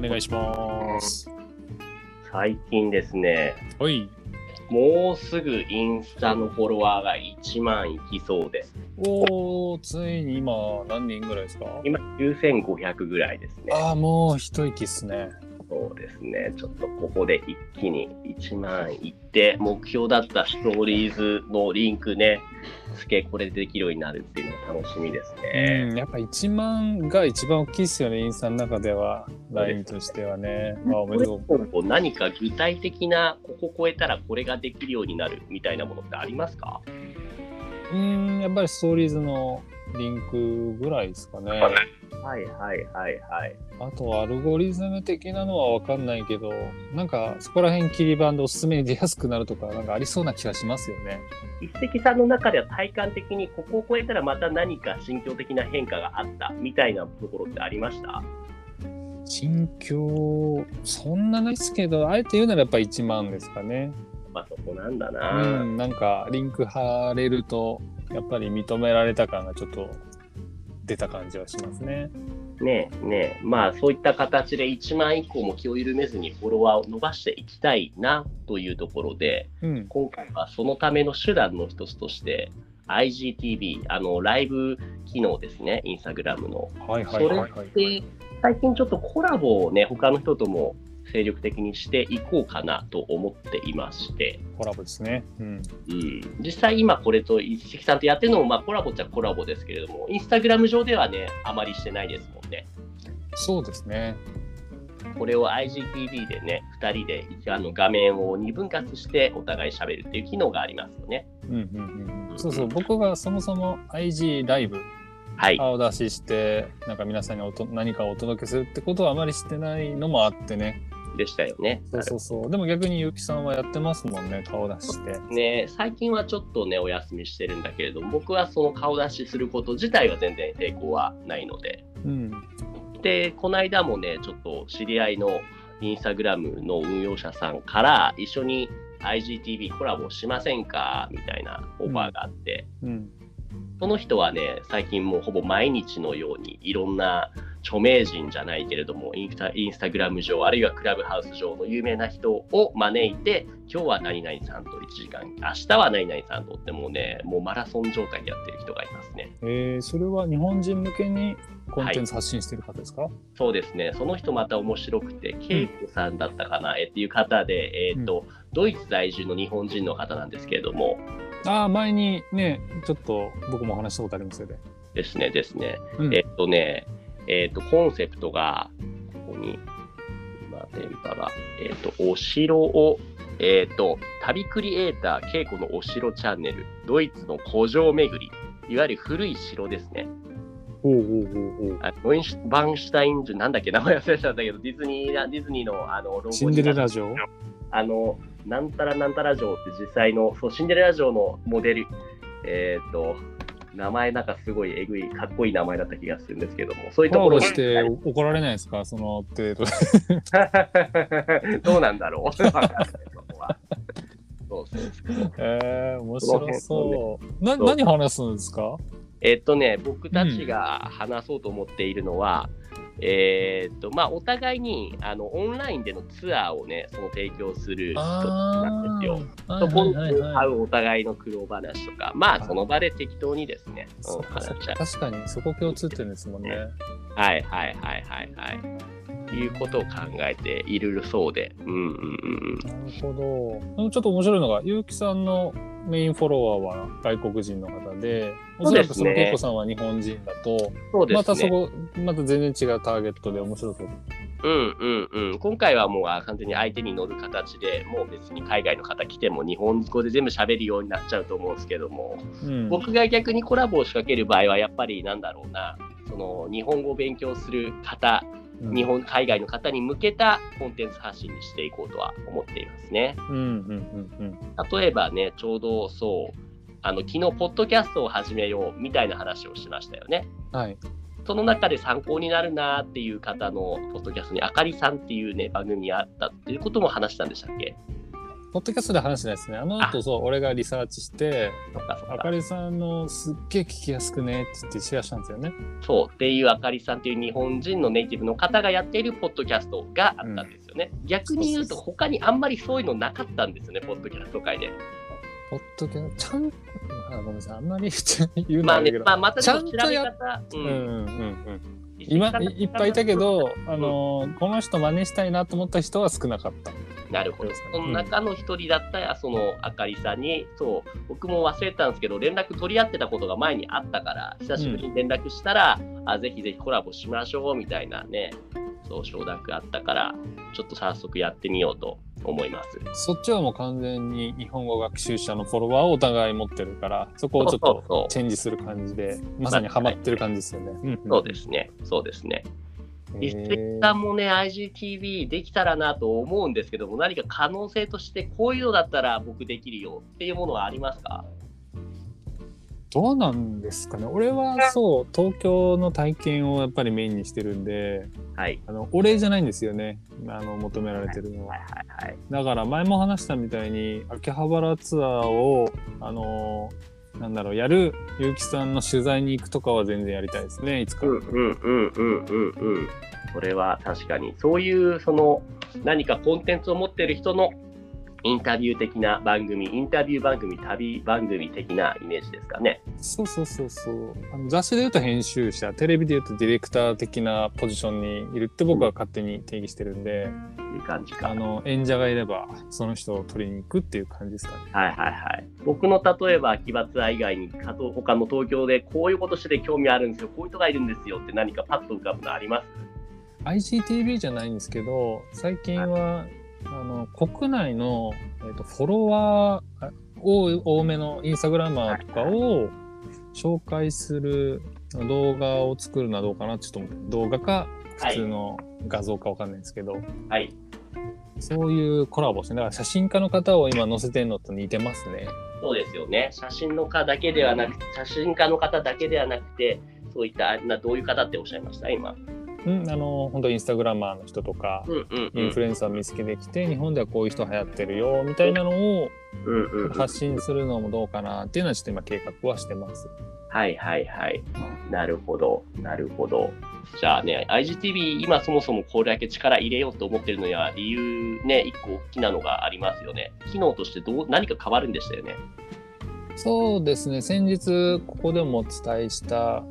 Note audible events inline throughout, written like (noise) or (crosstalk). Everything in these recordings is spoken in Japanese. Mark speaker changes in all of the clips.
Speaker 1: 願いします。
Speaker 2: 最近ですね、
Speaker 1: はい。
Speaker 2: もうすぐインスタのフォロワーが1万いきそうで、
Speaker 1: おー、ついに今、何人ぐらいですか
Speaker 2: 今9500ぐらいですね。
Speaker 1: ああ、もう一息っすね。
Speaker 2: そうですね、ちょっとここで一気に1万いって、目標だったストーリーズのリンクね、付けこれでできるようになるっていうのが楽しみですね。
Speaker 1: うん、やっぱ1万が一番大きいっすよね、インスタの中では、
Speaker 2: そうです
Speaker 1: ラインとしてはね。まあ、おめでとう。
Speaker 2: これこう何か具体的な、ここ超えたらこれができるようになるみたいなものってありますか、
Speaker 1: うん、やっぱりストーリーズのリンクぐらいですかね。
Speaker 2: はいはいはいはい。
Speaker 1: あと、アルゴリズム的なのはわかんないけど、なんか、そこら辺切り板でおすすめに出やすくなるとか、なんかありそうな気がしますよね。
Speaker 2: 一石さんの中では体感的にここを超えたらまた何か心境的な変化があったみたいなところってありました
Speaker 1: 心境、そんなないですけど、あえて言うならやっぱ1万ですかね。
Speaker 2: まあそこなんだ
Speaker 1: う
Speaker 2: な、
Speaker 1: ん、なんか、リンク貼れると、やっぱり認められた感がちょっと出た感じはしますね。
Speaker 2: ねえねえまあそういった形で1万以降も気を緩めずにフォロワーを伸ばしていきたいなというところで
Speaker 1: うん。
Speaker 2: 今回はそのための手段の一つとして IGTV あのライブ機能ですねインスタグラムの
Speaker 1: はいはいはいはい。
Speaker 2: で最近ちょっとコラボをね他の人とも精力的にしていこうかなと思っていまして
Speaker 1: コラボですね。うん。
Speaker 2: うん、実際今これと一石さんとやってるのもまあコラボっちゃコラボですけれどもインスタグラム上ではねあまりしてないですもんね
Speaker 1: そうですね。
Speaker 2: これを IGTV でね2人であの画面を2分割してお互い喋るっていう機能がありますよね
Speaker 1: うんうんうん。そうそう、僕がそもそも IG ライブ
Speaker 2: はい
Speaker 1: 顔出ししてなんか皆さんにおと何かをお届けするってことはあまりしてないのもあってね
Speaker 2: でしたよね
Speaker 1: そうそうそうでも逆にゆきさんはやってますもんね顔出して
Speaker 2: ね最近はちょっとねお休みしてるんだけれども僕はその顔出しすること自体は全然抵抗はないので
Speaker 1: うん
Speaker 2: でこの間もねちょっと知り合いのインスタグラムの運用者さんから一緒に IGTV コラボしませんかみたいなオファーがあって、
Speaker 1: うん
Speaker 2: その人はね最近もうほぼ毎日のようにいろんな著名人じゃないけれどもインスタインスタグラム上あるいはクラブハウス上の有名な人を招いて今日は何々さんと1時間明日は何々さんとってもうねもうマラソン状態でやってる人がいますね。
Speaker 1: えー、それは日本人向けにコンテンツ発信してる方ですか、
Speaker 2: そうですね、その人また面白くて、ケイコさんだったかな、えっていう方で、えーとドイツ在住の日本人の方なんですけれども、
Speaker 1: ああ前にねちょっと僕もお話したことありますよね、
Speaker 2: ですね、ですね、
Speaker 1: うん
Speaker 2: えっ、とね、えっ、と、コンセプトが、ここに、今、電波が、えっ、と、お城を、えっ、と、旅クリエイター、ケイコのお城チャンネル、ドイツの古城巡り、いわゆる古い城ですね。
Speaker 1: おうおうおうおう
Speaker 2: あノインシュバンシュタイン城、なんだっけ、名前忘れちゃったけど、ディズニーラ、ディズニーの、あの、ロゴになって
Speaker 1: シンデレラ城
Speaker 2: あの、なんたらなんたら城って実際の、そう、シンデレラ城のモデル、えっ、と、名前なんかすごいえぐい、かっこいい名前だった気がするんですけども、そういう
Speaker 1: コ
Speaker 2: と
Speaker 1: ラ
Speaker 2: ころ
Speaker 1: ボ
Speaker 2: に
Speaker 1: して怒られないですかその程度 (laughs)
Speaker 2: (laughs) どうなんだろうわかんないそこはそうそう
Speaker 1: えー、面白そうな何話すんですか
Speaker 2: えっとね、僕たちが話そうと思っているのは、えーっと、まあ、お互いに、あの、オンラインでのツアーをね、その提供する人なんですよ。
Speaker 1: あー
Speaker 2: そこ
Speaker 1: はい
Speaker 2: で
Speaker 1: はいはいはい
Speaker 2: 会うお互いの苦労話とか、まあ、その場で適当にですね、
Speaker 1: そ
Speaker 2: うん
Speaker 1: っかそっ
Speaker 2: 話し合
Speaker 1: か確かにそこ共通点ですもんね。
Speaker 2: はいはいはいはいはい。いうことを考えているそうで。うんうんうん
Speaker 1: なるほど。でもちょっと面白いのが、結城さんのメインフォロワーは外国人の方で、お
Speaker 2: そう
Speaker 1: そら
Speaker 2: で
Speaker 1: く
Speaker 2: すね
Speaker 1: その恵子さんは日本人だと、
Speaker 2: そうですね。
Speaker 1: またそこ、また全然違うターゲットで面白そう。
Speaker 2: うんうんうん。今回はもうあ完全に相手に乗る形で、もう別に海外の方来ても日本語で全部喋るようになっちゃうと思うんですけども、
Speaker 1: うん、
Speaker 2: 僕が逆にコラボを仕掛ける場合は、やっぱりなんだろうな、その日本語を勉強する方、
Speaker 1: うん
Speaker 2: 日。本、海外の方に向けたコンテンツ発信にしていこうとは思っていますね。
Speaker 1: うんうんうんうん。
Speaker 2: 例えばね、ちょうどそう、あの昨日、ポッドキャストを始めようみたいな話をしましたよね。
Speaker 1: はい。
Speaker 2: その中で参考になるなーっていう方のポッドキャストに、あかりさんっていうね、番組があったっていうことも話したんでしたっけ
Speaker 1: ポッドキャストで話してないですね。あの後、そう、俺がリサーチして、
Speaker 2: そっかそっ
Speaker 1: あ
Speaker 2: か
Speaker 1: かりさんのすっげえ聞きやすくねって言ってシェアしたんですよね。
Speaker 2: そうっていうあかりさんっていう日本人のネイティブの方がやっているポッドキャストがあったんですよね、逆に言うと
Speaker 1: そう
Speaker 2: 他にあんまりそういうのなかったんですよねポッドキャスト界で
Speaker 1: ポッドキャスト、ちゃん、あごめんなさい、あんまり言うの
Speaker 2: ま
Speaker 1: は
Speaker 2: あ
Speaker 1: あれだけ
Speaker 2: ね
Speaker 1: ど。
Speaker 2: まあまた
Speaker 1: ち
Speaker 2: ちょ
Speaker 1: ゃ
Speaker 2: っ
Speaker 1: ん
Speaker 2: と
Speaker 1: と
Speaker 2: 調べ
Speaker 1: やっ、
Speaker 2: 方
Speaker 1: う
Speaker 2: う
Speaker 1: んんうんうん。今い、いっぱいいたけど、あのー、この人真似したいなと思った人は少なかった。
Speaker 2: なるほ
Speaker 1: そう
Speaker 2: ど
Speaker 1: ですね
Speaker 2: その中の一人だったそのあかりさんにそう僕も忘れてたんですけど連絡取り合ってたことが前にあったから久しぶりに連絡したら、あぜひぜひコラボしましょうみたいなねそう承諾あったからちょっと早速やってみようと思います
Speaker 1: そっちはもう完全に日本語学習者のフォロワーをお互い持ってるから、そこをちょっ
Speaker 2: そう
Speaker 1: と
Speaker 2: そうそう
Speaker 1: チェンジする感じで、まさにハマってる感じですよね。うん
Speaker 2: そうですねそうですね
Speaker 1: うん
Speaker 2: リスペクターもね、IGTV できたらなと思うんですけども、何か可能性として、こういうのだったら僕できるよっていうものはありますか
Speaker 1: どうなんですかね俺はそう東京の体験をやっぱりメインにしてるんで
Speaker 2: はい。
Speaker 1: あのお礼じゃないんですよねあの求められてるのは、
Speaker 2: はいはいはい。
Speaker 1: だから前も話したみたいに秋葉原ツアーをあのなんだろうやる結城さんの取材に行くとかは全然やりたいですねいつか、
Speaker 2: うんうんうんうんうんうん。それは確かに、そういう、その、何かコンテンツを持ってる人のインタビュー的な番組、インタビュー番組、旅番組的なイメージですかね。
Speaker 1: そうそうそうそうあの雑誌で言うと編集者テレビで言うとディレクター的なポジションにいるって僕は勝手に定義してるんで、
Speaker 2: いう感じか
Speaker 1: あ。の演者がいればその人を取りに行くっていう感じですかね
Speaker 2: はいはいはい。僕の例えば秋葉ツアー以外にかと他の東京でこういうことしてて興味あるんですよ、こういう人がいるんですよって何かパッと浮かぶのあります
Speaker 1: IGTV じゃないんですけど最近は、あの国内の、えー、とフォロワーを多めのインスタグラマーとかを紹介する動画を作るのはどうかなちょっと思って動画か
Speaker 2: は
Speaker 1: 普
Speaker 2: い
Speaker 1: 通の画像かわかんないんですけど、
Speaker 2: はい。
Speaker 1: そういうコラボしてだから写真家の方を今載せてるのと似てますね。
Speaker 2: そうですよね。写真の家だけではなく、写真家の方だけではなくて、そういったなどういう方っておっしゃいました今。
Speaker 1: うん、あの本当インスタグラマーの人とか
Speaker 2: うんうんう
Speaker 1: イン
Speaker 2: ん
Speaker 1: フ。ルエンサー見つけてきて日本ではこういう人流行ってるよみたいなのを
Speaker 2: うんうんうん
Speaker 1: 発信するのもどうかなっていうのはちょっと今計画はしてます。
Speaker 2: はいはいはい。なるほど、なるほど。じゃあね、IGTV、今そもそもこれだけ力入れようと思ってるのには、理由ね、一個大きなのがありますよね。機能としてどう何か変わるんでしたよね。
Speaker 1: そうですね先日ここでもお伝えした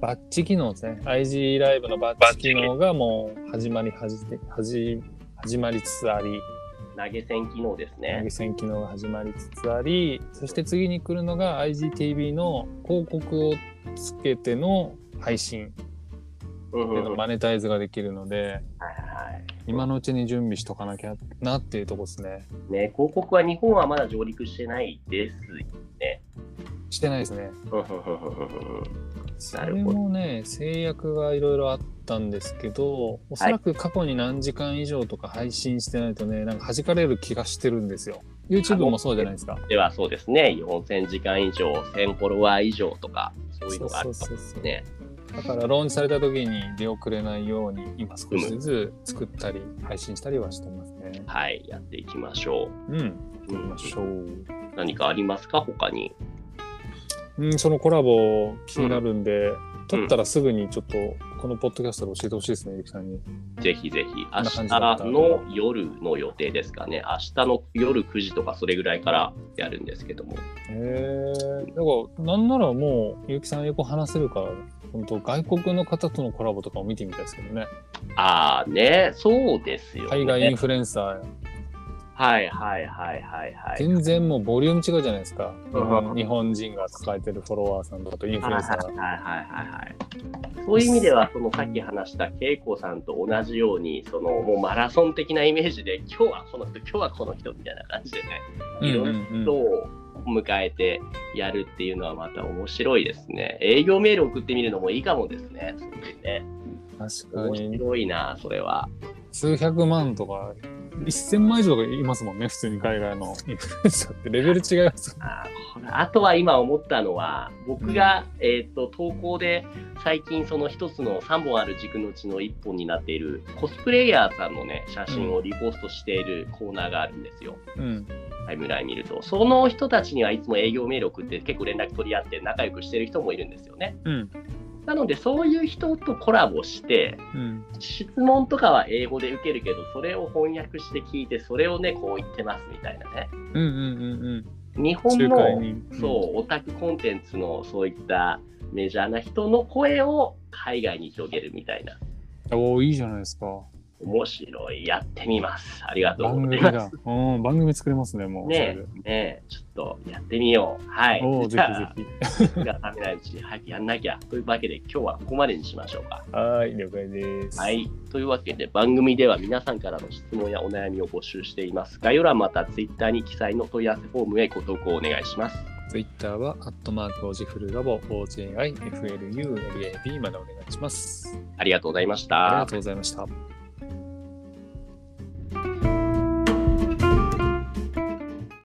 Speaker 1: バッチ機能ですね IG ライブのバッチ機能がもう始まり始め始始まりつつあり
Speaker 2: 投げ銭機能です
Speaker 1: 投
Speaker 2: ね
Speaker 1: げ。銭機能が始まりつつありそして次に来るのが IGTV の広告をつけての配信
Speaker 2: うん
Speaker 1: で
Speaker 2: うんうん
Speaker 1: のマネタイズができるので、
Speaker 2: はいはい
Speaker 1: 今のうちに準備しとかなきゃなっていうとこですね
Speaker 2: ね、広告は日本はまだ上陸してないです。
Speaker 1: してないですね
Speaker 2: うんうんうんうんうん
Speaker 1: そ
Speaker 2: な
Speaker 1: れ
Speaker 2: るほど
Speaker 1: もね制約がいろいろあったんですけどおそらく過去に何時間以上とか配信してないとねなんか弾かれる気がしてるんですよ YouTube もそうじゃないですか
Speaker 2: ではそうですね、4000時間以上、1000フォロワー以上とか、そういう
Speaker 1: そ
Speaker 2: の
Speaker 1: う
Speaker 2: があ
Speaker 1: そ
Speaker 2: る
Speaker 1: う
Speaker 2: と
Speaker 1: そ。うそう
Speaker 2: ね、
Speaker 1: だからローンチされた時に出遅れないように今少しずつ作ったり配信したりはしてますね
Speaker 2: はい、やっていきましょ
Speaker 1: うん行
Speaker 2: う。
Speaker 1: きましょう
Speaker 2: 何かありますか、他に。
Speaker 1: うんそのコラボ気になるんで、撮ったらすぐにちょっとこのポッドキャストで教えてほしいですねゆきさんに
Speaker 2: ぜひぜひ、
Speaker 1: ん
Speaker 2: 明
Speaker 1: な感じだった
Speaker 2: 日の夜の予定ですかね。明日の夜9時とか、それぐらいからやるんですけども。
Speaker 1: へえだからなんならもう結城さん英語話せるから本当外国の方とのコラボとかを見てみたいですけどね
Speaker 2: ああね、そうですよ、ね。
Speaker 1: 海外インフルエンサー
Speaker 2: はいはいはいはいはい。
Speaker 1: 全然もうボリューム違うじゃないですか日
Speaker 2: う
Speaker 1: 本
Speaker 2: ん
Speaker 1: 日本人が抱えてるフォロワーさんとかとインフルエンサー
Speaker 2: はいはいはいはい。そういう意味では、そのさっき話した恵子さんと同じように、そのもうマラソン的なイメージで、今日はこの人、今日はこの人みたいな感じでね、いろんな人を迎えてやるっていうのはまた面白いですね。営業メール送ってみるのもいいかもですね。そうですね
Speaker 1: 確か
Speaker 2: 面
Speaker 1: に
Speaker 2: 白いな、それは。
Speaker 1: 数百万とか1000万以上とかいますもんね、普通に海外のインフルエンサーって。レベル違います。
Speaker 2: あーこれあとは今思ったのは僕が、えー、と投稿で最近その一つの3本ある軸のうちの1本になっているコスプレイヤーさんのね写真をリポストしているコーナーがあるんですよ。
Speaker 1: うん。
Speaker 2: タイムライン見るとその人たちにはいつも営業メール送って結構連絡取り合って仲良くしてる人もいるんですよね。
Speaker 1: うん。
Speaker 2: なのでそういう人とコラボして
Speaker 1: うん。
Speaker 2: 質問とかは英語で受けるけどそれを翻訳して聞いてそれをねこう言ってますみたいなね。
Speaker 1: うんうんうん
Speaker 2: 日
Speaker 1: うん。
Speaker 2: 本
Speaker 1: 仲介
Speaker 2: の
Speaker 1: 人。
Speaker 2: そう、オタクコンテンツのそういったメジャーな人の声を海外に広げるみたいな。
Speaker 1: うん。おお、いいじゃないですか。
Speaker 2: 面白い。やってみます。ありがとう
Speaker 1: 番
Speaker 2: ござ
Speaker 1: 組
Speaker 2: います。
Speaker 1: だ。うん、番組作れますね、もう。
Speaker 2: ねえ、ねえ、ちょっとやってみよう。は
Speaker 1: それ
Speaker 2: い。
Speaker 1: でおお、ぜひぜ
Speaker 2: ひ。が冷めないうちに早くやんなきゃ。というわけで今日はここまでにしましょうか。
Speaker 1: ひ。はい、了解です。
Speaker 2: は。い。というわけで番組では皆さんからの質問やお悩みを募集しています。概要欄また Twitter に記載の問い合わせフォームへご投稿お願いします。
Speaker 1: Twitter は、アットマーク、オジフルラボ、OJIFLULAB までお願いします。
Speaker 2: ありがとうございまし
Speaker 1: あり
Speaker 2: た
Speaker 1: が。とうございました。